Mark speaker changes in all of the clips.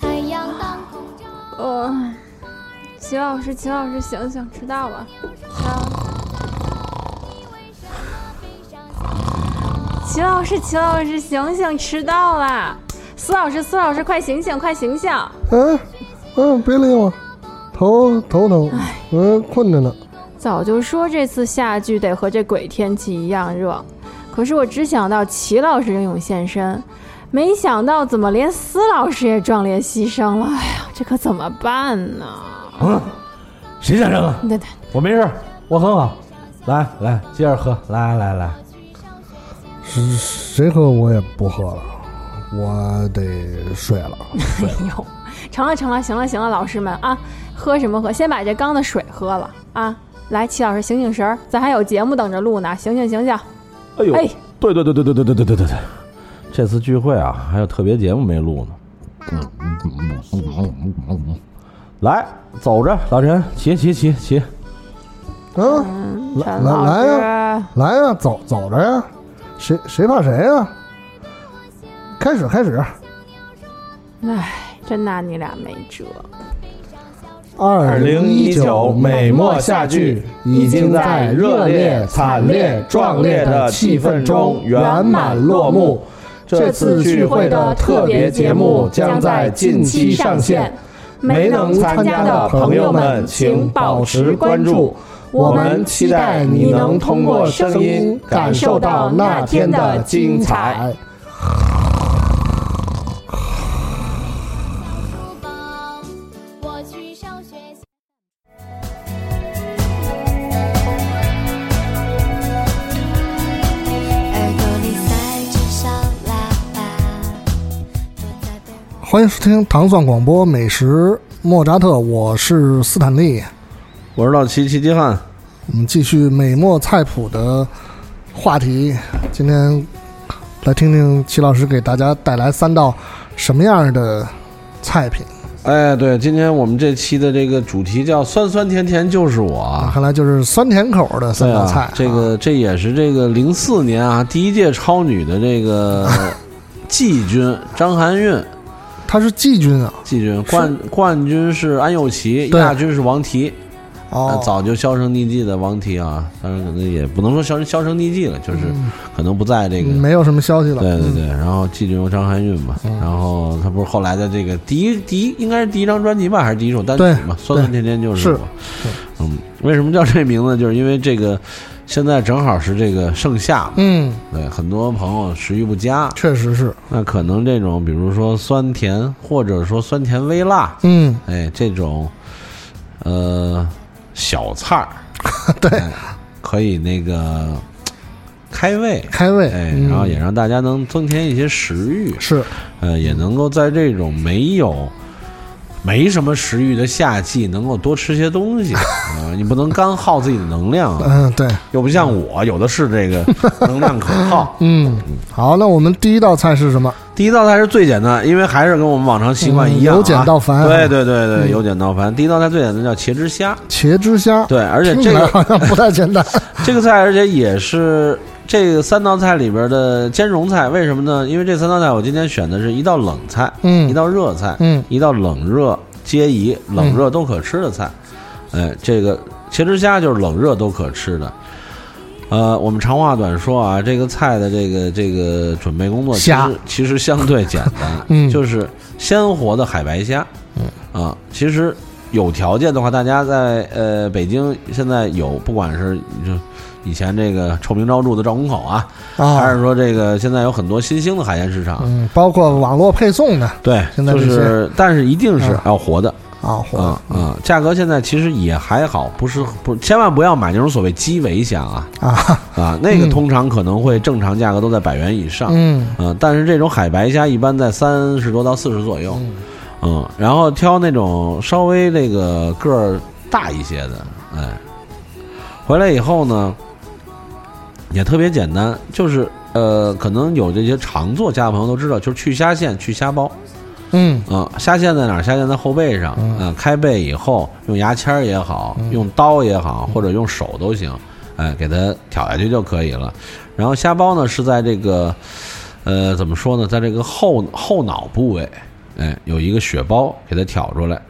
Speaker 1: 太阳当空照，
Speaker 2: 呃，秦老师，秦老师，醒醒，迟到啊了。
Speaker 1: 你为什么悲伤心
Speaker 2: 秦老师，秦老师，醒醒，迟到了。司老师，司老师，快醒醒，快醒醒！
Speaker 3: 嗯嗯，别理我，头头疼，嗯，困着呢。
Speaker 2: 早就说这次夏剧得和这鬼天气一样热，可是我只想到齐老师英勇献身，没想到怎么连司老师也壮烈牺牲了。哎呀，这可怎么办呢？
Speaker 4: 啊，谁吓人了？
Speaker 2: 对对，
Speaker 4: 我没事，我很好。来来，接着喝，来来来，
Speaker 3: 谁谁喝我也不喝了，我得睡了。
Speaker 2: 哎呦，成了成了，行了行了，老师们啊，喝什么喝？先把这缸的水喝了啊！来，齐老师醒醒神儿，咱还有节目等着录呢，醒醒醒醒！
Speaker 4: 哎呦，
Speaker 2: 哎
Speaker 4: 对对对对对对对对对对对，这次聚会啊，还有特别节目没录呢。来，走着，老陈，骑骑骑骑，
Speaker 3: 啊，
Speaker 2: 陈
Speaker 3: 来
Speaker 2: 老
Speaker 3: 来
Speaker 2: 师，
Speaker 5: 啊
Speaker 3: 来呀、走走着呀、谁谁怕谁呀、开始开始，
Speaker 2: 哎，真拿你俩没辙。
Speaker 3: 二
Speaker 5: 2019美墨夏剧已经在热烈、惨烈、壮烈的气氛中圆满落幕。这次聚会的特别节目将在近期上线，没能参加的朋友们请保持关注。我们期待你能通过声音感受到那天的精彩。
Speaker 1: 小书包，我去上学。耳朵里塞着小喇叭，躲在被窝。
Speaker 3: 欢迎收听糖蒜广播美食莫扎特，我是斯坦利。
Speaker 4: 我是老齐齐继汉。
Speaker 3: 我们继续美墨菜谱的话题，今天来听听齐老师给大家带来三道什么样的菜品
Speaker 4: 哎，对，今天我们这期的这个主题叫“酸酸甜甜就是我”
Speaker 3: 啊？看来就是酸甜口的三
Speaker 4: 对
Speaker 3: 道
Speaker 4: 啊，
Speaker 3: 菜啊。
Speaker 4: 这个这也是这个零四年啊第一届超女的这 个季军张含韵，
Speaker 3: 它是季军啊，
Speaker 4: 季军冠冠军是安又琪，
Speaker 3: 对
Speaker 4: 亚军是王缇。那
Speaker 3: 哦，
Speaker 4: 啊早就销声匿迹的王缇啊，当然可能也不能说销销声匿迹了，就是可能不在这个。
Speaker 3: 嗯没有什么消息了。
Speaker 4: 对对
Speaker 3: 嗯
Speaker 4: 对，然后季军由张含韵嘛，然后她不是后来的这个第一第一应该是第一张专辑吧，还是第一首单曲嘛，《酸酸甜甜就是我》。嗯，为什么叫这名字？就是因为这个现在正好是这个盛夏嘛，
Speaker 3: 嗯，
Speaker 4: 对，很多朋友食欲不佳，
Speaker 3: 确实是，
Speaker 4: 那可能这种比如说酸甜，或者说酸甜微辣，
Speaker 3: 嗯，
Speaker 4: 哎，这种呃小菜儿，
Speaker 3: 对，
Speaker 4: 哎可以那个开胃，
Speaker 3: 开胃，
Speaker 4: 哎，
Speaker 3: 嗯
Speaker 4: 然后也让大家能增添一些食欲，
Speaker 3: 是
Speaker 4: 呃，也能够在这种没有。没什么食欲的夏季，能够多吃些东西啊、你不能干耗自己的能量啊，
Speaker 3: 嗯，对，
Speaker 4: 又不像我，有的是这个 能量可耗。
Speaker 3: 嗯，好，那我们第一道菜是什么？
Speaker 4: 第一道菜是最简单，因为还是跟我们往常习惯一样、
Speaker 3: 嗯
Speaker 4: 啊
Speaker 3: 由简到繁
Speaker 4: 对对对对，由简到繁。第一道菜最简单叫茄汁虾，
Speaker 3: 茄汁虾，
Speaker 4: 对，而且
Speaker 3: 听起
Speaker 4: 这
Speaker 3: 来
Speaker 4: 个
Speaker 3: 好像不太 简单。
Speaker 4: 这个菜，而且也是这个三道菜里边的兼容菜。为什么呢？因为这三道菜我今天选的是一道冷菜，
Speaker 3: 嗯
Speaker 4: 一道热菜，
Speaker 3: 嗯
Speaker 4: 一道冷热皆宜、冷热都可吃的菜。哎，这个茄汁虾就是冷热都可吃的。呃，我们长话短说啊，这个菜的这个这个准备工作其实
Speaker 3: 虾
Speaker 4: 其实相对简单，
Speaker 3: 嗯
Speaker 4: 就是鲜活的海白虾，嗯啊，其实有条件的话，大家在呃北京现在有，不管是就以前这个臭名昭著的赵公口啊，还
Speaker 3: 啊
Speaker 4: 是，说这个现在有很多新兴的海鲜市场，
Speaker 3: 嗯，包括网络配送的
Speaker 4: 对，
Speaker 3: 现在
Speaker 4: 就
Speaker 3: 这些嗯
Speaker 4: 是但是一定是要活的
Speaker 3: 啊，
Speaker 4: 啊
Speaker 3: 火
Speaker 4: 啊，价格现在其实也还好，不是不千万不要买那种所谓基围虾啊
Speaker 3: 啊，
Speaker 4: 啊，那个
Speaker 3: 嗯
Speaker 4: 通常可能会正常价格都在百元以上，
Speaker 3: 嗯
Speaker 4: 嗯，但是这种海白虾一般在三十多到四十左右，嗯，然后挑那种稍微那个个儿大一些的，哎，回来以后呢，也特别简单，就是呃，可能有这些常做虾的朋友都知道，就是去虾线、去虾包，
Speaker 3: 嗯
Speaker 4: 嗯，虾线在哪儿？虾线在后背上，嗯、开背以后用牙签儿也好，用刀也好，或者用手都行，哎，给它挑下去就可以了。然后虾包呢是在这个，呃，怎么说呢，在这个后后脑部位，哎，有一个血包给它挑出来，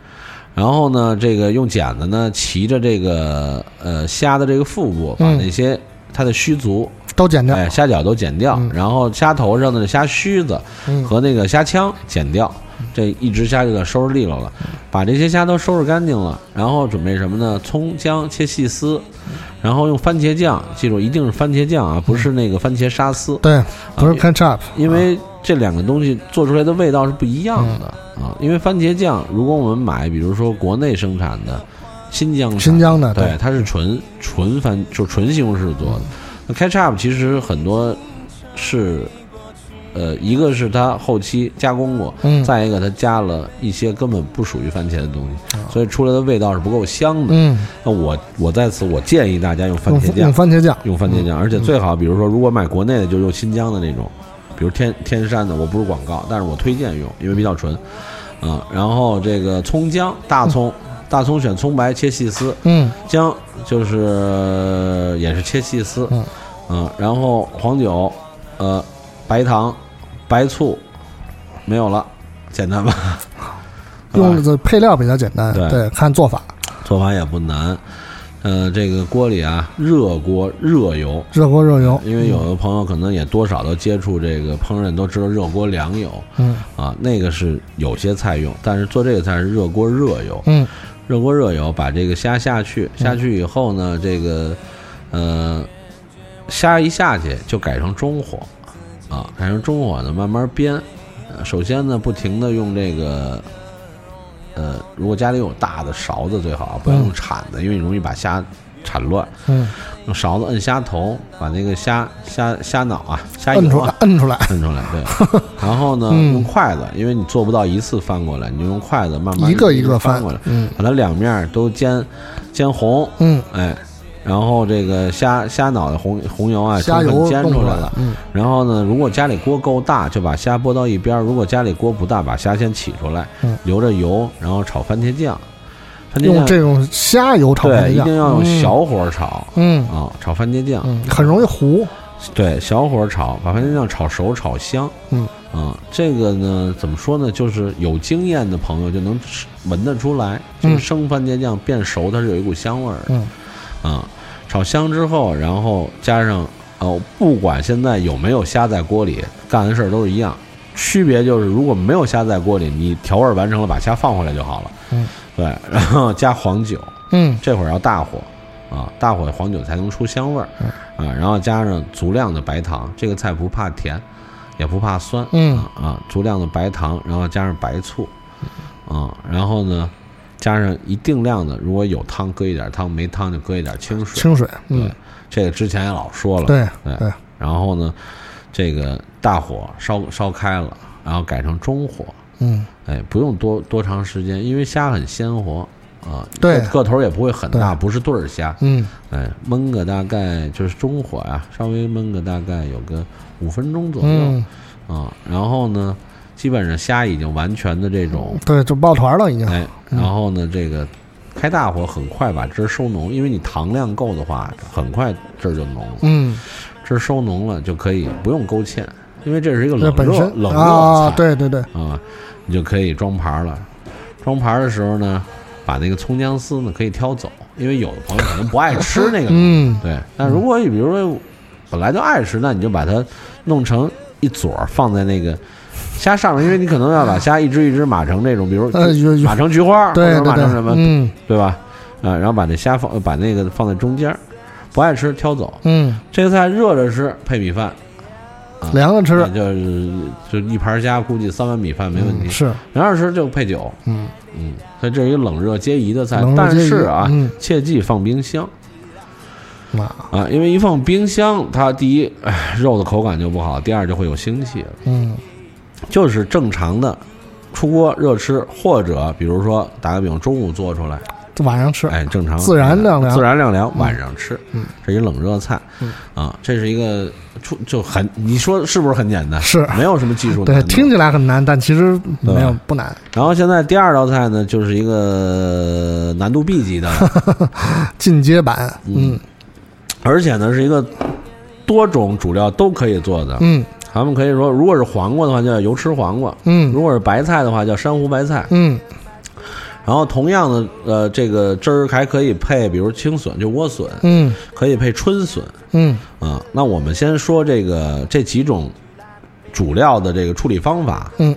Speaker 4: 然后呢，这个用剪子呢骑着这个呃虾的这个腹部，把
Speaker 3: 嗯
Speaker 4: 那些它的须足，
Speaker 3: 都剪掉。
Speaker 4: 哎，虾角都剪掉，
Speaker 3: 嗯
Speaker 4: 然后虾头上的虾须子
Speaker 3: 嗯，
Speaker 4: 和那个虾枪剪掉，这一只虾就算收拾利落了，
Speaker 3: 嗯
Speaker 4: 把这些虾都收拾干净了，然后准备什么呢？葱姜切细丝，
Speaker 3: 嗯
Speaker 4: 然后用番茄酱，记住一定是番茄酱啊，不是那个番茄沙司，
Speaker 3: 对，不是
Speaker 4: 啊
Speaker 3: ketchup，
Speaker 4: 因为这两个东西做出来的味道是不一样的
Speaker 3: 嗯
Speaker 4: 啊。因为番茄酱，如果我们买，比如说国内生产的新疆产
Speaker 3: 新疆的
Speaker 4: 啊对，它是纯纯番，就纯西红柿做的。那 ketchup 其实很多是，呃，一个是它后期加工过，
Speaker 3: 嗯
Speaker 4: 再一个它加了一些根本不属于番茄的东西，所以出来的味道是不够香的。
Speaker 3: 啊嗯，
Speaker 4: 那我我在此我建议大家用番
Speaker 3: 用
Speaker 4: 茄酱
Speaker 3: 用，嗯番茄酱，
Speaker 4: 用番茄酱，而且最好，比如说如果买国内的，就用新疆的那种，比如天天山的，我不是广告，但是我推荐用，因为比较纯，啊，然后这个葱姜大葱，大葱选葱白切细丝，
Speaker 3: 嗯
Speaker 4: 姜就是呃也是切细丝，
Speaker 3: 嗯
Speaker 4: 嗯，然后黄酒，呃，白糖，白醋，没有了，简单吧？ 好吧
Speaker 3: 用的配料比较简单，
Speaker 4: 对
Speaker 3: 对，看做法，
Speaker 4: 做法也不难，呃，这个锅里啊，热锅热油，
Speaker 3: 热锅热油，
Speaker 4: 因为有的朋友可能也多少都接触这个烹饪，都知道热锅凉油
Speaker 3: 嗯
Speaker 4: 啊，那个是有些菜用，但是做这个菜是热锅热油。
Speaker 3: 嗯
Speaker 4: 热锅热油把这个虾下去，下去以后呢，这个呃虾一下去就改成中火啊，改成中火呢慢慢煸。呃首先呢，不停的用这个呃，如果家里有大的勺子最好，啊不要用铲子，因为你容易把虾铲乱。
Speaker 3: 嗯，
Speaker 4: 用勺子摁虾头，把那个虾虾虾脑啊，虾
Speaker 3: 摁
Speaker 4: 油
Speaker 3: 出来
Speaker 4: 啊，
Speaker 3: 摁出来，
Speaker 4: 摁出来。 对，然后呢，
Speaker 3: 嗯
Speaker 4: 用筷子，因为你做不到一次翻过来，你就用筷子慢慢
Speaker 3: 一个一个
Speaker 4: 翻
Speaker 3: 翻
Speaker 4: 过来，，
Speaker 3: 嗯
Speaker 4: 把它两面儿都煎煎红，
Speaker 3: 嗯，
Speaker 4: 哎，然后这个虾虾脑袋红红油啊，
Speaker 3: 虾
Speaker 4: 充分
Speaker 3: 油
Speaker 4: 煎
Speaker 3: 弄
Speaker 4: 出
Speaker 3: 出
Speaker 4: 来
Speaker 3: 来
Speaker 4: 了。，
Speaker 3: 嗯
Speaker 4: 然后呢，如果家里锅够大，就把虾拨到一边儿；如果家里锅不大，把虾先起出来，
Speaker 3: 嗯
Speaker 4: 留着油，然后炒番茄酱。番茄
Speaker 3: 用
Speaker 4: 酱
Speaker 3: 这种虾油炒番
Speaker 4: 对，
Speaker 3: 茄
Speaker 4: 一
Speaker 3: 酱，
Speaker 4: 定要用
Speaker 3: 嗯
Speaker 4: 小火炒
Speaker 3: 嗯
Speaker 4: 啊、炒番茄酱。
Speaker 3: 嗯，很容易糊，
Speaker 4: 对，小火炒，把番茄酱炒熟、炒香。
Speaker 3: 嗯
Speaker 4: 啊，这个呢，怎么说呢？就是有经验的朋友就能吃闻得出来，就是
Speaker 3: 嗯
Speaker 4: 生番茄酱变熟，它是有一股香味儿的。
Speaker 3: 嗯
Speaker 4: 啊，炒香之后，然后加上哦，不管现在有没有虾在锅里，干的事儿都是一样，区别就是如果没有虾在锅里，你调味儿完成了，把虾放回来就好了。
Speaker 3: 嗯，
Speaker 4: 对，然后加黄酒，
Speaker 3: 嗯
Speaker 4: 这会儿要大火啊，大火黄酒才能出香味儿
Speaker 3: 嗯
Speaker 4: 啊，然后加上足量的白糖，这个菜不怕甜，也不怕酸
Speaker 3: 嗯
Speaker 4: 啊啊，足量的白糖，然后加上白醋
Speaker 3: 嗯
Speaker 4: 啊，然后呢，加上一定量的，如果有汤搁一点汤，没汤就搁一点清水。
Speaker 3: 清水，嗯
Speaker 4: 对，这个之前也老说了，
Speaker 3: 对
Speaker 4: 对
Speaker 3: 对，
Speaker 4: 然后呢，这个大火烧烧开了，然后改成中火，
Speaker 3: 嗯
Speaker 4: 哎，不用多多长时间，因为虾很鲜活啊，
Speaker 3: 对
Speaker 4: 个个头也不会很大，
Speaker 3: 对
Speaker 4: 不是对儿虾，
Speaker 3: 嗯
Speaker 4: 哎，焖个大概就是中火啊，稍微焖个大概有个五分钟左右、
Speaker 3: 嗯，
Speaker 4: 啊，然后呢，基本上虾已经完全的这种，
Speaker 3: 对，就抱团了已经，
Speaker 4: 哎，然后呢，这个开大火很快把汁儿收浓，因为你糖量够的话，很快汁儿就浓了，
Speaker 3: 嗯，
Speaker 4: 汁儿收浓了就可以不用勾芡，因为这是一个
Speaker 3: 这
Speaker 4: 冷
Speaker 3: 呃本
Speaker 4: 热
Speaker 3: 身
Speaker 4: 冷
Speaker 3: 啊
Speaker 4: 热，菜。
Speaker 3: 对对对，
Speaker 4: 啊，你就可以装盘了。装盘的时候呢，把那个葱姜丝呢可以挑走，因为有的朋友可能不爱吃那个。
Speaker 3: 嗯
Speaker 4: 对，但如果你比如说本来就爱吃，那你就把它弄成一撮儿放在那个虾上面，因为你可能要把虾一只一只码成这种，比如
Speaker 3: 呃有有
Speaker 4: 码成菊花，
Speaker 3: 对
Speaker 4: 或者
Speaker 3: 对
Speaker 4: 码
Speaker 3: 对
Speaker 4: 成什，么，
Speaker 3: 嗯
Speaker 4: 对吧？啊，然后把那虾放，把那个放在中间儿，不爱吃挑走。
Speaker 3: 嗯，
Speaker 4: 这个菜热着吃配米饭，
Speaker 3: 凉着
Speaker 4: 那
Speaker 3: 吃，
Speaker 4: 就是就一盘虾，估计三碗米饭没问题
Speaker 3: 嗯。是，
Speaker 4: 然后是就配酒，
Speaker 3: 嗯
Speaker 4: 嗯，所以这是一个冷热皆宜的菜
Speaker 3: 冷，热
Speaker 4: 但
Speaker 3: 皆宜
Speaker 4: 是啊，
Speaker 3: 嗯
Speaker 4: 切忌放冰箱
Speaker 3: 啊，
Speaker 4: 啊，因为一放冰箱，它第一，哎，肉的口感就不好，第二就会有腥气了。
Speaker 3: 嗯
Speaker 4: 就是正常的出锅热吃，或者比如说打个比方，中午做出来，
Speaker 3: 这晚上吃，
Speaker 4: 哎，正常
Speaker 3: 自然晾凉
Speaker 4: 自然晾凉，晚上吃，这是一冷热菜
Speaker 3: 嗯，
Speaker 4: 啊，这是一个出就很，你说是不是很简单？
Speaker 3: 是
Speaker 4: 没有什么技术难
Speaker 3: 对，
Speaker 4: 度
Speaker 3: 听起来很难，但其实没有
Speaker 4: 对
Speaker 3: 不难，
Speaker 4: 然后现在第二道菜呢，就是一个难 度 B 级的了，
Speaker 3: 进阶版，嗯
Speaker 4: 而且呢是一个多种主料都可以做的。
Speaker 3: 嗯
Speaker 4: 咱们可以说，如果是黄瓜的话，就叫油吃黄瓜；
Speaker 3: 嗯
Speaker 4: 如果是白菜的话，叫珊瑚白菜。
Speaker 3: 嗯
Speaker 4: 然后同样的，呃，这个汁儿还可以配，比如青笋，就莴笋，
Speaker 3: 嗯
Speaker 4: 可以配春笋
Speaker 3: 嗯
Speaker 4: 啊。那我们先说这个这几种主料的这个处理方法。
Speaker 3: 嗯，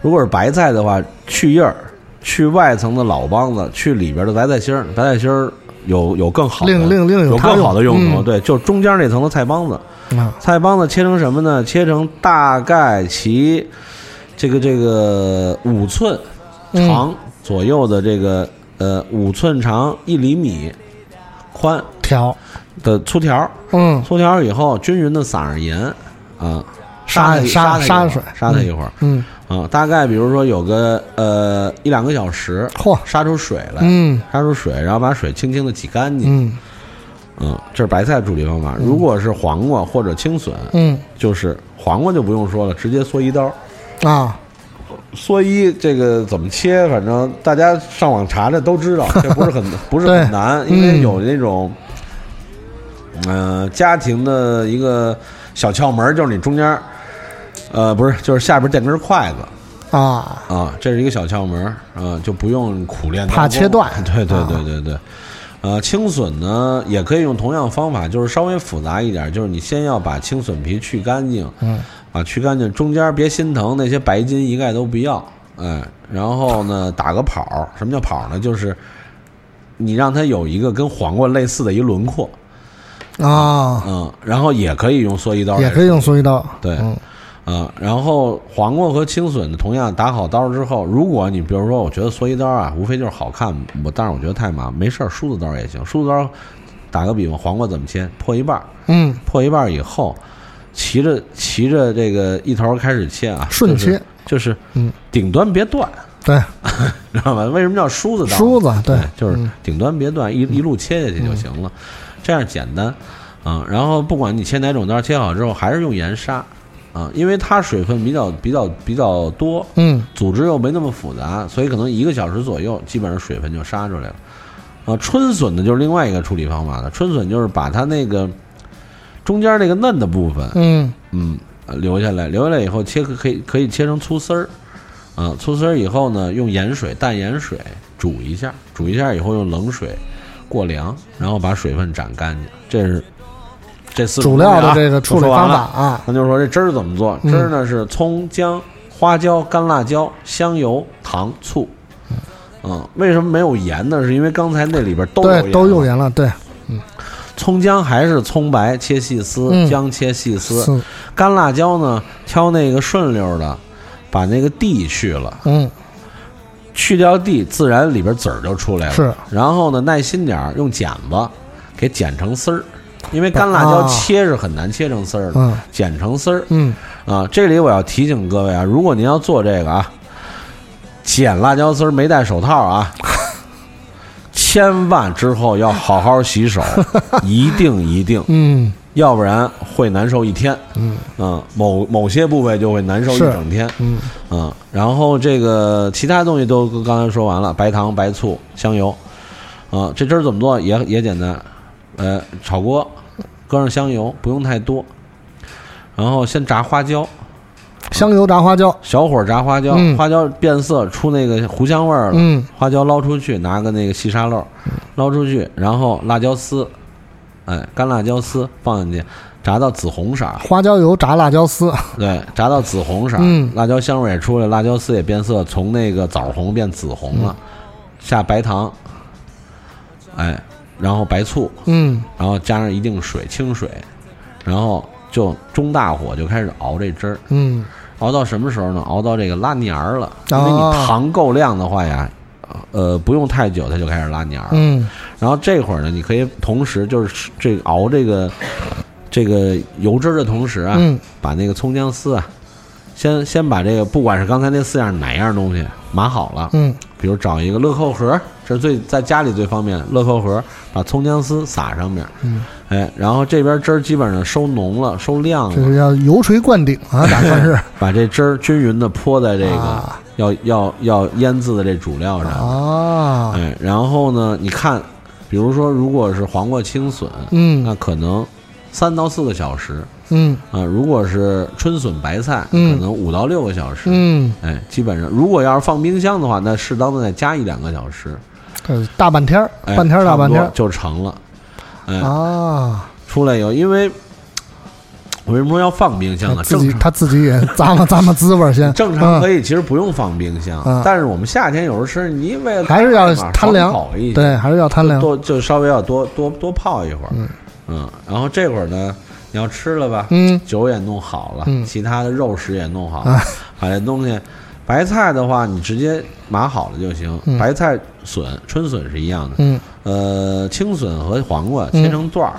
Speaker 4: 如果是白菜的话，去叶儿，去外层的老帮子，去里边的白菜心儿，白菜心儿有有更好的
Speaker 3: 另另另
Speaker 4: 有
Speaker 3: 它
Speaker 4: 更好的用途，
Speaker 3: 嗯
Speaker 4: 对，就中间那层的菜帮子。
Speaker 3: 啊
Speaker 4: 菜帮子切成什么呢？切成大概其这个这个五寸
Speaker 3: 嗯
Speaker 4: 长左右的这个呃五寸长一厘米宽
Speaker 3: 调
Speaker 4: 的粗条儿，
Speaker 3: 嗯
Speaker 4: 粗条儿以后均匀的撒上盐啊，
Speaker 3: 沙
Speaker 4: 它
Speaker 3: 沙沙
Speaker 4: 它一会
Speaker 3: 水
Speaker 4: 儿沙它一会儿
Speaker 3: 嗯
Speaker 4: 啊，大概比如说有个呃一两个小时，
Speaker 3: 嚯
Speaker 4: 杀出水来。
Speaker 3: 嗯
Speaker 4: 杀出水，然后把水轻轻的挤干净。
Speaker 3: 嗯
Speaker 4: 嗯，这是白菜处理方法。如果是黄瓜或者青笋，
Speaker 3: 嗯
Speaker 4: 就是黄瓜就不用说了，直接缩一刀。
Speaker 3: 啊
Speaker 4: 蓑衣这个怎么切？反正大家上网查查都 知道，这不是很不是很难，
Speaker 3: 对
Speaker 4: 因为
Speaker 3: 嗯
Speaker 4: 有那种，呃，家庭的一个小窍门儿，就是你中间儿，呃，不是，就是下边垫根筷子
Speaker 3: 啊
Speaker 4: 啊，这是一个小窍门儿啊，就不用苦练刀
Speaker 3: 怕
Speaker 4: 工
Speaker 3: 切断
Speaker 4: 对对
Speaker 3: 啊
Speaker 4: 对对对。呃，青笋呢也可以用同样方法，就是稍微复杂一点，就是你先要把青笋皮去干净，
Speaker 3: 嗯
Speaker 4: 啊，去干净，中间别心疼，那些白筋一概都不要，哎，然后呢，打个跑儿，什么叫跑儿呢？就是你让它有一个跟黄瓜类似的一轮廓，
Speaker 3: 啊
Speaker 4: 嗯，然后也可以用缩衣刀
Speaker 3: 也
Speaker 4: 来，
Speaker 3: 可以用缩衣刀
Speaker 4: 对
Speaker 3: 嗯
Speaker 4: 啊，然后黄瓜和青笋同样打好刀之后，如果你比如说，我觉得缩衣刀啊，无非就是好看，我但是我觉得太麻烦，没事儿，梳子刀也行，梳子刀，打个比方，黄瓜怎么切？破一半儿，
Speaker 3: 嗯
Speaker 4: 破一半儿以后，骑着骑着这个一头开始切啊，
Speaker 3: 顺
Speaker 4: 就是
Speaker 3: 切
Speaker 4: 就是
Speaker 3: 嗯
Speaker 4: 顶端别断，
Speaker 3: 对
Speaker 4: 知道吧？为什么叫梳子刀？
Speaker 3: 梳子对
Speaker 4: 哎就是
Speaker 3: 嗯
Speaker 4: 顶端别断，一一路切下去就行了，这样简单啊。然后不管你切哪种刀，切好之后还是用盐杀啊，因为它水分比较比较比较多，
Speaker 3: 嗯
Speaker 4: 组织又没那么复杂，所以可能一个小时左右，基本上水分就杀出来了。啊，春笋呢就是另外一个处理方法了，春笋就是把它那个中间那个嫩的部分，
Speaker 3: 嗯
Speaker 4: 嗯，呃留下来，留下来以后切可可以可以切成粗丝儿，啊，粗丝儿以后呢，用盐水、淡盐水煮一下，煮一下以后用冷水过凉，然后把水分斩干净。这是这四种
Speaker 3: 主料
Speaker 4: 东西
Speaker 3: 的
Speaker 4: 啊
Speaker 3: 这个处理方。
Speaker 4: 都说完
Speaker 3: 法嗯
Speaker 4: 了
Speaker 3: 啊
Speaker 4: 咱就说这汁儿怎么做？汁儿呢是葱、姜、花椒、干辣椒、香油、糖、醋。嗯，为什么没有盐呢？是因为刚才那里边都有
Speaker 3: 对
Speaker 4: 盐
Speaker 3: 都
Speaker 4: 了
Speaker 3: 用盐了对
Speaker 4: 葱姜还是葱白切细丝，
Speaker 3: 嗯
Speaker 4: 姜切细丝，
Speaker 3: 是
Speaker 4: 干辣椒呢，挑那个顺溜的，把那个蒂去了，
Speaker 3: 嗯
Speaker 4: 去掉蒂，自然里边籽儿就出来了。
Speaker 3: 是。
Speaker 4: 然后呢，耐心点儿，用剪子给剪成丝儿，因为干辣椒
Speaker 3: 啊
Speaker 4: 切是很难切成丝儿的，
Speaker 3: 嗯
Speaker 4: 剪成丝儿
Speaker 3: 嗯
Speaker 4: 啊。这里我要提醒各位啊，如果您要做这个啊，剪辣椒丝儿没戴手套啊。 千万之后要好好 洗手，一定一定，
Speaker 3: 嗯
Speaker 4: 要不然会难受一天。
Speaker 3: 嗯
Speaker 4: 嗯，某某些部位就会难受一
Speaker 3: 是
Speaker 4: 整天。
Speaker 3: 嗯
Speaker 4: 嗯，然后这个其他东西都刚才说完了，白糖、白醋、香油。啊、这汁儿怎么做也也简单，呃，炒锅，搁上香油，不用太多，然后先炸花椒，
Speaker 3: 香油炸花椒
Speaker 4: 小火炸花椒，
Speaker 3: 嗯
Speaker 4: 花椒变色出那个糊香味儿了，
Speaker 3: 嗯
Speaker 4: 花椒捞出去，拿个那个细沙漏捞出去，然后辣椒丝，哎，干辣椒丝放进去，炸到紫红色儿，
Speaker 3: 花椒油炸辣椒丝
Speaker 4: 对，炸到紫红色儿，
Speaker 3: 嗯
Speaker 4: 辣椒香味儿也出来，辣椒丝也变色，从那个枣红变紫红了，
Speaker 3: 嗯
Speaker 4: 下白糖，哎，然后白醋，
Speaker 3: 嗯
Speaker 4: 然后加上一定水，清水，然后就中大火就开始熬这汁儿，
Speaker 3: 嗯
Speaker 4: 熬到什么时候呢？熬到这个拉黏儿了，因为
Speaker 3: 哦
Speaker 4: 你糖够量的话呀，呃，不用太久它就开始拉黏儿了。
Speaker 3: 嗯
Speaker 4: 然后这会儿呢，你可以同时就是这个熬这个这个油汁儿的同时啊，
Speaker 3: 嗯
Speaker 4: 把那个葱姜丝啊，先先把这个不管是刚才那四样哪样东西码好了，
Speaker 3: 嗯
Speaker 4: 比如找一个乐扣盒，这是最在家里最方便，乐扣盒把葱姜丝撒上面，
Speaker 3: 嗯，
Speaker 4: 哎，然后这边汁儿基本上收浓了，收亮
Speaker 3: 这
Speaker 4: 了，
Speaker 3: 是要油锤灌顶啊，打算 是
Speaker 4: 把这汁儿均匀的泼在这个、
Speaker 3: 啊
Speaker 4: 要要要腌制的这主料上，
Speaker 3: 啊，
Speaker 4: 哎，然后呢，你看，比如说如果是黄瓜青笋，
Speaker 3: 嗯
Speaker 4: 那可能三到四个小时
Speaker 3: 嗯
Speaker 4: 啊、如果是春笋白菜，
Speaker 3: 嗯
Speaker 4: 可能五到六个小时。
Speaker 3: 嗯，
Speaker 4: 哎，基本上，如果要是放冰箱的话，那适当的再加一两个小时，
Speaker 3: 呃大半天儿，
Speaker 4: 哎、
Speaker 3: 半天儿大半天
Speaker 4: 差不
Speaker 3: 儿
Speaker 4: 多就成了。哎，
Speaker 3: 啊，
Speaker 4: 出来以后，因为我为什么说要放冰箱呢？
Speaker 3: 自
Speaker 4: 正
Speaker 3: 己
Speaker 4: 常
Speaker 3: 他自己也 咂摸咂摸滋味儿先，嗯
Speaker 4: 正常可
Speaker 3: 以，
Speaker 4: 以，其实不用放冰箱，
Speaker 3: 嗯
Speaker 4: 但是我们夏天有时候吃，你为了
Speaker 3: 还是要贪凉
Speaker 4: 爽口一些，
Speaker 3: 对，还是要贪凉，
Speaker 4: 多就稍微要多多多泡一会儿，
Speaker 3: 嗯
Speaker 4: 嗯然后这会儿呢，你要吃了吧，
Speaker 3: 嗯
Speaker 4: 酒也弄好了，
Speaker 3: 嗯
Speaker 4: 其他的肉食也弄好了，
Speaker 3: 啊
Speaker 4: 把这东西。白菜的话，你直接码好了就行。
Speaker 3: 嗯
Speaker 4: 白菜、笋、春笋是一样的，
Speaker 3: 嗯
Speaker 4: 呃，青笋和黄瓜切成段儿，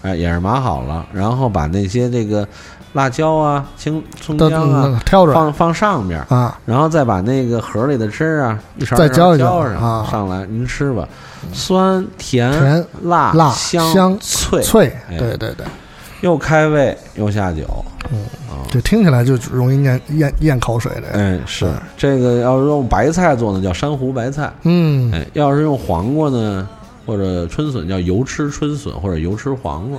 Speaker 4: 哎、也是码好了，然后把那些这个辣椒啊、青葱
Speaker 3: 都
Speaker 4: 姜啊
Speaker 3: 嗯挑着
Speaker 4: 放放上边儿，
Speaker 3: 啊，
Speaker 4: 然后再把那个盒里的汁儿啊一勺
Speaker 3: 再
Speaker 4: 一勺
Speaker 3: 浇一
Speaker 4: 浇
Speaker 3: 浇
Speaker 4: 上，
Speaker 3: 啊嗯
Speaker 4: 上来您吃吧，酸甜
Speaker 3: 甜
Speaker 4: 辣
Speaker 3: 辣
Speaker 4: 啊香
Speaker 3: 香
Speaker 4: 脆，
Speaker 3: 脆，
Speaker 4: 哎
Speaker 3: 对对对，
Speaker 4: 又开胃又下酒。
Speaker 3: 这听起来就容易咽咽咽口水的，
Speaker 4: 哎，是这个要是用白菜做呢，叫珊瑚白菜；
Speaker 3: 嗯
Speaker 4: 哎，要是用黄瓜呢，或者春笋叫油吃春笋或者油吃黄瓜。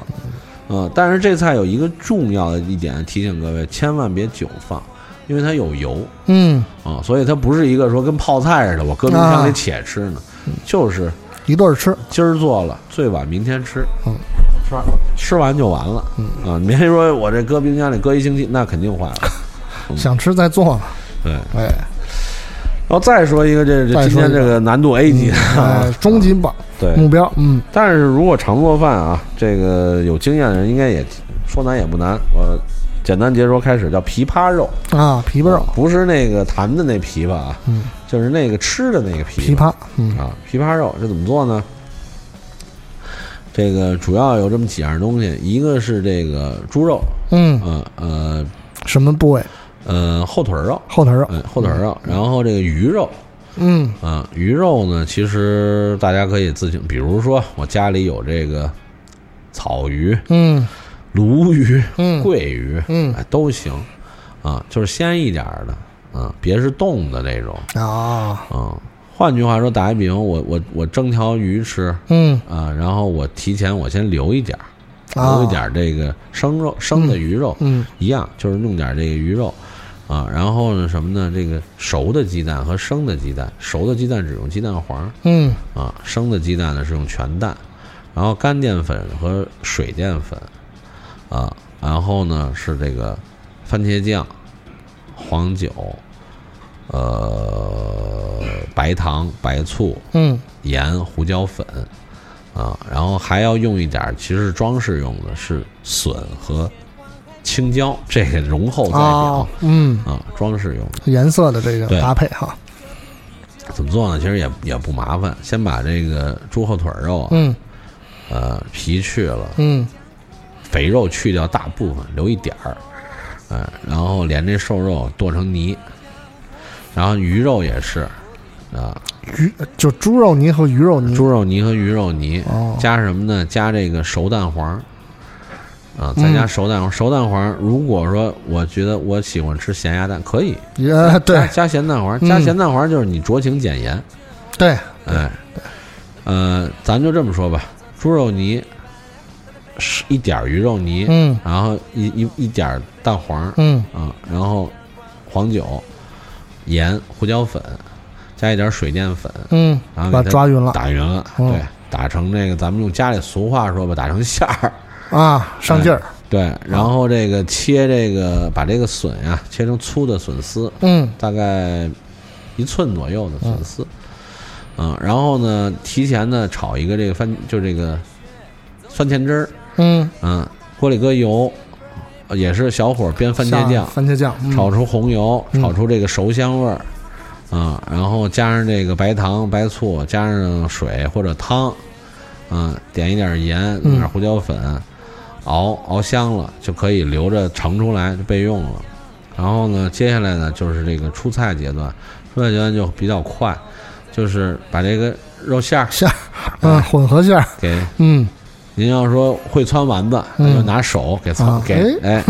Speaker 4: 嗯，但是这菜有一个重要的一点提醒各位，千万别久放，因为它有油。
Speaker 3: 嗯，
Speaker 4: 啊、所以它不是一个说跟泡菜似的，我搁冰箱里且吃呢，
Speaker 3: 嗯
Speaker 4: 就是
Speaker 3: 一对儿吃，
Speaker 4: 今儿做了，最晚明天吃，
Speaker 3: 嗯，
Speaker 4: 吃完吃完就完了，嗯啊，别说我这搁冰箱里搁一星期，那肯定坏了。
Speaker 3: 想吃再做嘛，
Speaker 4: 嗯对，
Speaker 3: 哎，
Speaker 4: 然后再说一个，
Speaker 3: 再
Speaker 4: 这这
Speaker 3: 说
Speaker 4: 今天这个难度啊 A 级，
Speaker 3: 哎，终极榜
Speaker 4: 对
Speaker 3: 目，标，嗯
Speaker 4: 但是如果常做饭啊，这个有经验的人应该也说难也不难，我简单解说开始叫枇杷肉，
Speaker 3: 啊，枇杷肉，
Speaker 4: 不是那个弹的那枇杷啊，
Speaker 3: 嗯，
Speaker 4: 就是那个吃的那个枇
Speaker 3: 枇杷，嗯
Speaker 4: 啊，枇杷肉这怎么做呢？这个主要有这么几样东西，一个是这个猪肉，
Speaker 3: 嗯，
Speaker 4: 呃呃
Speaker 3: 什么部位？
Speaker 4: 呃后腿儿肉，
Speaker 3: 后腿肉，
Speaker 4: 嗯、后腿儿肉，然后这个鱼肉，
Speaker 3: 嗯
Speaker 4: 啊、鱼肉呢，其实大家可以自行，比如说我家里有这个草鱼、
Speaker 3: 嗯
Speaker 4: 鲈鱼、
Speaker 3: 嗯
Speaker 4: 桂鱼，
Speaker 3: 嗯
Speaker 4: 哎，都行，啊，就是鲜一点儿的，啊，别是冻的这种，
Speaker 3: 啊，
Speaker 4: 啊，换句话说，打一比方，我我我蒸条鱼吃，
Speaker 3: 嗯
Speaker 4: 啊，然后我提前我先留一点儿，
Speaker 3: 啊
Speaker 4: 留一点儿这个生肉生的鱼肉，
Speaker 3: 嗯
Speaker 4: 一样就是弄点儿这个鱼肉，啊，然后呢什么呢？这个熟的鸡蛋和生的鸡蛋，熟的鸡蛋只用鸡蛋黄
Speaker 3: 嗯
Speaker 4: 啊，生的鸡蛋呢是用全蛋，然后干淀粉和水淀粉，啊，然后呢是这个番茄酱、黄酒，呃，白糖、白醋，
Speaker 3: 嗯
Speaker 4: 盐、胡椒粉，啊，然后还要用一点儿，其实是装饰用的，是笋和青椒，这个容后再
Speaker 3: 啊
Speaker 4: 表，
Speaker 3: 嗯，
Speaker 4: 啊，装饰用的。
Speaker 3: 颜色的这个
Speaker 4: 对
Speaker 3: 搭配哈，
Speaker 4: 怎么做呢？其实也也不麻烦，先把这个猪后腿肉啊，
Speaker 3: 嗯
Speaker 4: 呃，皮去了，
Speaker 3: 嗯
Speaker 4: 肥肉去掉大部分，留一点儿，嗯、然后连这瘦肉剁成泥，然后鱼肉也是，啊，
Speaker 3: 鱼就猪肉泥和鱼肉泥
Speaker 4: 猪肉泥和鱼肉泥，
Speaker 3: 嗯哦
Speaker 4: 加什么呢？加这个熟蛋黄儿，啊，再
Speaker 3: 嗯
Speaker 4: 加熟蛋黄。熟蛋黄儿，如果说我觉得我喜欢吃咸鸭蛋，可以
Speaker 3: 也呃对
Speaker 4: 加加咸蛋黄儿。
Speaker 3: 嗯
Speaker 4: 加咸蛋黄儿就是你酌情减盐，
Speaker 3: 对，
Speaker 4: 哎，呃，咱就这么说吧，猪肉泥是一点儿鱼肉泥，
Speaker 3: 嗯
Speaker 4: 然后一一一点儿蛋黄儿
Speaker 3: 嗯
Speaker 4: 啊，然后黄酒、盐、胡椒粉，加一点儿水淀粉，
Speaker 3: 嗯，
Speaker 4: 然后给
Speaker 3: 把
Speaker 4: 它
Speaker 3: 抓匀了
Speaker 4: 打匀了，
Speaker 3: 嗯
Speaker 4: 对，打成这个，咱们用家里俗话说吧，打成馅儿。
Speaker 3: 啊，上劲儿，
Speaker 4: 对，然后这个切这个，把这个笋呀、切成粗的笋丝，
Speaker 3: 嗯
Speaker 4: 大概一寸左右的笋丝，嗯，然后呢，提前呢炒一个这个番，就这个酸甜汁儿，
Speaker 3: 嗯，
Speaker 4: 嗯，锅里搁油，呃也是小火煸番茄
Speaker 3: 上
Speaker 4: 酱，
Speaker 3: 番茄酱，嗯
Speaker 4: 炒出红油，
Speaker 3: 嗯
Speaker 4: 炒出这个熟香味儿，啊，然后加上这个白糖、白醋，加上水或者汤，啊，点一点盐，弄
Speaker 3: 嗯
Speaker 4: 点胡椒粉，熬熬香了就可以留着盛出来就备用了。然后呢，接下来呢就是这个出菜阶段，出菜阶段就比较快，就是把这个肉馅儿
Speaker 3: 馅儿，
Speaker 4: 哎
Speaker 3: 嗯，混合馅儿，
Speaker 4: 给
Speaker 3: 嗯
Speaker 4: 您要说会汆丸子，那
Speaker 3: 嗯
Speaker 4: 就拿手给汆哎
Speaker 3: 啊
Speaker 4: 给哎。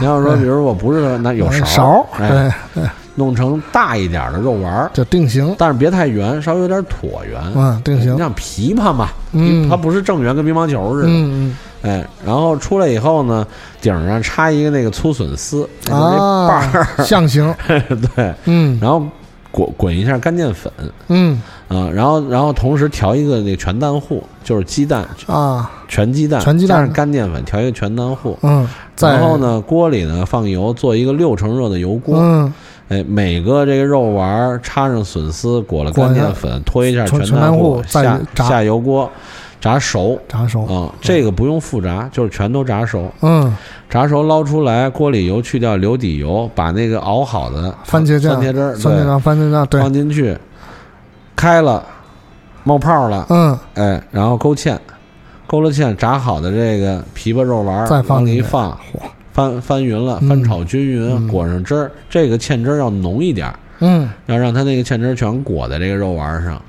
Speaker 4: 您要说，比如我不是拿有
Speaker 3: 嗯
Speaker 4: 勺
Speaker 3: 勺
Speaker 4: 儿，
Speaker 3: 儿，
Speaker 4: 哎，
Speaker 3: 对对，
Speaker 4: 弄成大一点的肉丸儿，
Speaker 3: 就定型，
Speaker 4: 但是别太圆，稍微有点椭圆。
Speaker 3: 嗯，定型
Speaker 4: 你，像琵琶嘛，
Speaker 3: 嗯
Speaker 4: 它不是正圆，跟乒乓球似的。
Speaker 3: 嗯嗯，
Speaker 4: 哎，然后出来以后呢，顶上插一个那个粗笋丝，哎就是那把
Speaker 3: 啊
Speaker 4: 儿，，
Speaker 3: 象 形，
Speaker 4: 对，
Speaker 3: 嗯
Speaker 4: 然后滚滚一下干淀粉，
Speaker 3: 嗯
Speaker 4: 啊，然后然后同时调一个那个全蛋糊，就是鸡蛋
Speaker 3: 啊，
Speaker 4: 全鸡蛋，
Speaker 3: 全鸡蛋
Speaker 4: 加上干淀粉，调一个全蛋糊。
Speaker 3: 嗯，再
Speaker 4: 然后，呢，锅里呢放油，做一个六成热的油锅。
Speaker 3: 嗯，
Speaker 4: 哎，每个这个肉丸儿插上笋丝，裹了
Speaker 3: 裹
Speaker 4: 干
Speaker 3: 一下
Speaker 4: 淀粉，拖一下
Speaker 3: 全全
Speaker 4: 蛋
Speaker 3: 蛋糊再
Speaker 4: 下
Speaker 3: 炸
Speaker 4: 下油锅，炸熟。
Speaker 3: 炸熟，
Speaker 4: 啊，这个不用复炸，就是全都炸熟。
Speaker 3: 嗯，
Speaker 4: 炸熟捞出来，锅里油去掉，留底油，把那个熬好的
Speaker 3: 番茄酱，
Speaker 4: 番茄汁儿
Speaker 3: 番茄酱，番茄酱，
Speaker 4: 对
Speaker 3: 对，
Speaker 4: 放进去，开了，冒泡了，
Speaker 3: 嗯，
Speaker 4: 哎，然后勾芡，勾了芡，炸好的这个琵琶肉丸儿
Speaker 3: 再放
Speaker 4: 往
Speaker 3: 进
Speaker 4: 里一
Speaker 3: 去
Speaker 4: 放，翻翻匀了，
Speaker 3: 嗯
Speaker 4: 翻炒均匀，
Speaker 3: 嗯
Speaker 4: 裹上汁儿。这个芡汁儿要浓一点儿，
Speaker 3: 嗯，
Speaker 4: 要让它那个芡汁儿全裹在这个肉丸儿上，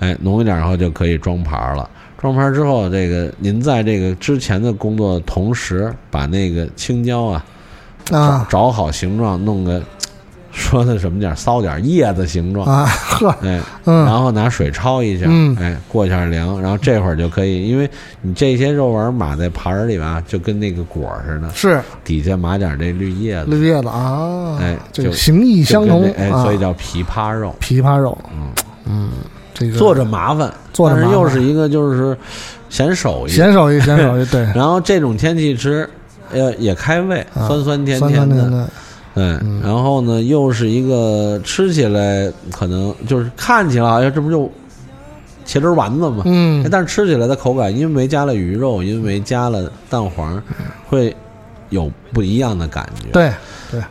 Speaker 4: 哎，浓一点儿，然后就可以装盘儿了。装盘儿之后，这个您在这个之前的工作的同时，把那个青椒啊找
Speaker 3: 啊
Speaker 4: 找好形状，弄个说的什么点儿骚点儿叶子形状，
Speaker 3: 啊，呵，
Speaker 4: 哎，
Speaker 3: 嗯，
Speaker 4: 然后拿水焯一下，
Speaker 3: 嗯
Speaker 4: 哎，过一下凉，然后这会儿就可以，因为你这些肉丸码在盘儿里吧，就跟那个果儿似的，
Speaker 3: 是
Speaker 4: 底下码点这绿叶子，
Speaker 3: 绿叶子啊，
Speaker 4: 哎
Speaker 3: 这
Speaker 4: 就
Speaker 3: 个形意相
Speaker 4: 就
Speaker 3: 同
Speaker 4: 跟这哎，
Speaker 3: 啊，
Speaker 4: 所以叫枇杷肉。
Speaker 3: 琵琶肉，
Speaker 4: 嗯
Speaker 3: 嗯，这个
Speaker 4: 做着麻烦，
Speaker 3: 做着麻
Speaker 4: 但
Speaker 3: 烦
Speaker 4: 是又是一个就是显手艺，
Speaker 3: 咸 手艺，咸手艺，对，
Speaker 4: 然后这种天气吃，呃，也开胃，
Speaker 3: 啊
Speaker 4: 酸酸甜
Speaker 3: 酸酸
Speaker 4: 的，
Speaker 3: 甜的，嗯
Speaker 4: 对，然后呢，又是一个吃起来可能就是看起来好像这不就茄汁丸子嘛，哎
Speaker 3: 嗯，
Speaker 4: 但是吃起来的口感，因为没加了鱼肉，因为没加了蛋黄，会有不一样的感觉。
Speaker 3: 嗯对，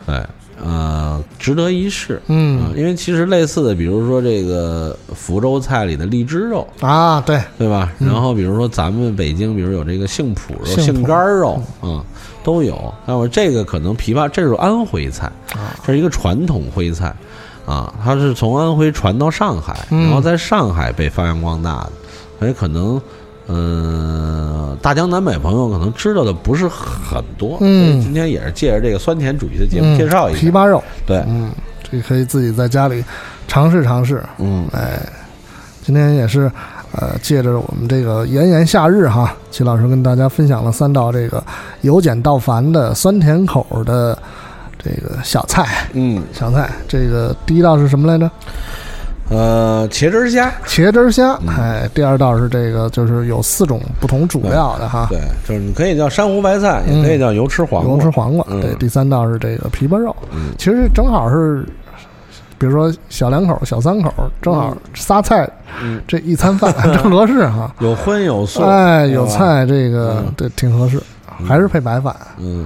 Speaker 4: 对，呃，值得一试。
Speaker 3: 嗯
Speaker 4: 因为其实类似的，比如说这个福州菜里的荔枝肉，
Speaker 3: 啊，对，
Speaker 4: 对吧？然后比如说咱们北京，比如有这个杏脯肉、
Speaker 3: 杏脯
Speaker 4: 杏干儿肉，嗯，都有。那我这个可能枇杷，这是安徽菜，
Speaker 3: 啊
Speaker 4: 这是一个传统徽菜，啊，它是从安徽传到上海，
Speaker 3: 嗯
Speaker 4: 然后在上海被发扬光大的，所以可能。呃，大江南北朋友可能知道的不是很多，
Speaker 3: 嗯
Speaker 4: 所以今天也是借着这个酸甜主义的节目
Speaker 3: 嗯
Speaker 4: 介绍一下，
Speaker 3: 琵琶肉，
Speaker 4: 对，
Speaker 3: 嗯，这可以自己在家里尝试尝试。
Speaker 4: 嗯，
Speaker 3: 今天也是，呃，借着我们这个炎炎夏日哈，齐老师跟大家分享了三道这个由简到繁的酸甜口的这个小菜。
Speaker 4: 嗯，
Speaker 3: 小菜，这个第一道是什么来着？
Speaker 4: 呃，茄汁虾，
Speaker 3: 茄汁虾。
Speaker 4: 嗯
Speaker 3: 哎，第二道是这个，就是有四种不同主料的哈，
Speaker 4: 嗯对，就是你可以叫珊瑚白菜，也可以叫油吃黄瓜，
Speaker 3: 嗯油吃黄瓜。
Speaker 4: 嗯
Speaker 3: 对，第三道是这个琵琶肉。
Speaker 4: 嗯
Speaker 3: 其实正好是，比如说小两口、小三口，正好仨菜，
Speaker 4: 嗯
Speaker 3: 这一餐 饭正合适哈。
Speaker 4: 有荤有素，
Speaker 3: 哎，
Speaker 4: 对吧
Speaker 3: 有，菜这个
Speaker 4: 嗯
Speaker 3: 对挺合适，还是配白 饭
Speaker 4: 嗯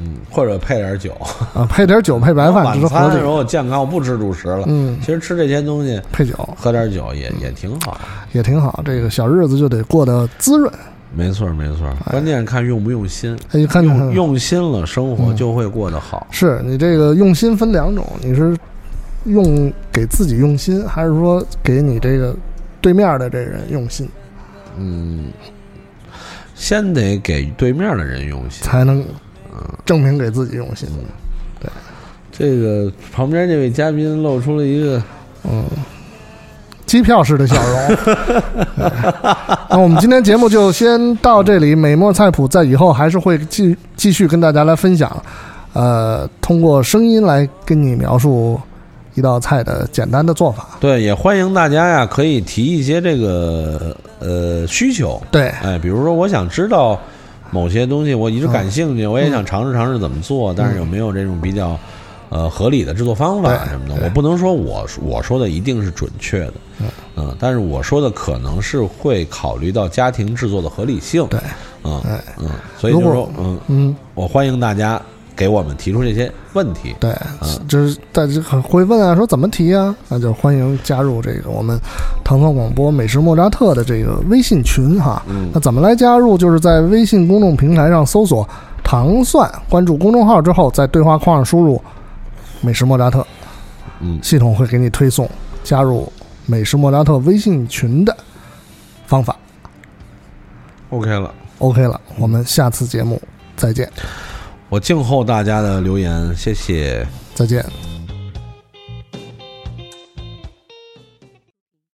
Speaker 4: 嗯，或者配点酒，
Speaker 3: 啊，配点酒配白饭
Speaker 4: 晚
Speaker 3: 这是合
Speaker 4: 餐如
Speaker 3: 理。
Speaker 4: 果健康，我不吃主食了，
Speaker 3: 嗯
Speaker 4: 其实吃这些东西，
Speaker 3: 配酒
Speaker 4: 喝点酒也也挺好，
Speaker 3: 也挺好，这个小日子就得过得滋润。
Speaker 4: 没错没错，关键看用不用心，
Speaker 3: 哎，一看
Speaker 4: 用
Speaker 3: 看
Speaker 4: 用心了，生
Speaker 3: 嗯
Speaker 4: 活就会过得好。
Speaker 3: 是你这个用心分两种，你是用给自己用心，还是说给你这个对面的这人用心，
Speaker 4: 嗯，先得给对面的人用心。
Speaker 3: 才能证明给自己用心？
Speaker 4: 这个旁边这位嘉宾露出了一个
Speaker 3: 机票式的笑容。对 那我们今天节目就先到这里，美墨菜谱在以后还是会继继续跟大家来分享，呃，通过声音来跟你描述一道菜的简单的做法。
Speaker 4: 对，也欢迎大家呀，可以提一些这个呃需求，
Speaker 3: 对，
Speaker 4: 哎，比如说我想知道某些东西，我一直感兴趣，
Speaker 3: 嗯
Speaker 4: 我也想尝试尝试怎么做，但是有没有这种比较呃合理的制作方法
Speaker 3: 对
Speaker 4: 什么的？我不能说我我说的一定是准确的，嗯、但是我说的可能是会考虑到家庭制作的合理性，
Speaker 3: 对，
Speaker 4: 嗯
Speaker 3: 哎
Speaker 4: 嗯，所以就是
Speaker 3: 如
Speaker 4: 说
Speaker 3: 果，
Speaker 4: 嗯，
Speaker 3: 嗯，
Speaker 4: 我欢迎大家给我们提出这些问题，
Speaker 3: 对，就是大家很会问啊，说怎么提啊？那就欢迎加入这个我们唐宋广播美食莫扎特的这个微信群哈。那怎么来加入？就是在微信公众平台上搜索“糖蒜”，关注公众号之后，在对话框上输入“美食莫扎特”，
Speaker 4: 嗯
Speaker 3: 系统会给你推送加入美食莫扎特微信群的方法。
Speaker 4: ，OK 了。
Speaker 3: OK 了，我们下次节目再见，
Speaker 4: 我静候大家的留言，谢谢。
Speaker 3: 再见。